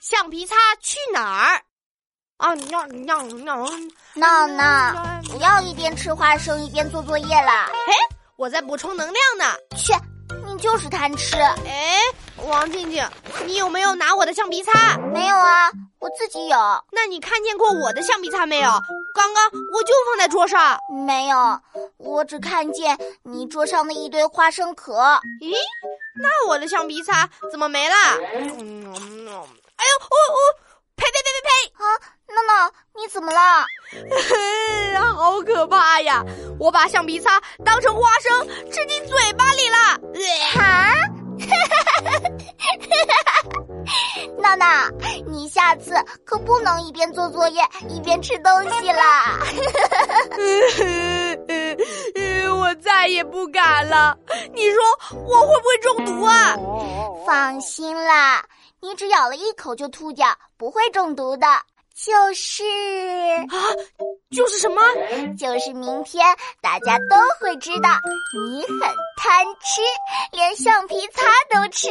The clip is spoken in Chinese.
橡皮擦去哪儿？啊，闹闹闹！闹闹，不要一边吃花生一边做作业啦！哎，我在补充能量呢。去，你就是贪吃。哎，王静静，你有没有拿我的橡皮擦？没有啊，我自己有。那你看见过我的橡皮擦没有？刚刚我就放在桌上。没有，我只看见你桌上的一堆花生壳。咦，那我的橡皮擦怎么没啦？嗯，哎呦，我、哦、我。哦呸呸呸呸呸！啊，闹闹，你怎么了？ 好可怕呀！我把橡皮擦当成花生吃进嘴巴里了。啊！ 闹闹，你下次可不能一边做作业一边吃东西啦！ 我再也不敢了。你说我会不会中毒啊？放心啦。你只咬了一口就吐掉，不会中毒的。就是啊，就是什么？就是明天大家都会知道你很贪吃，连橡皮擦都吃。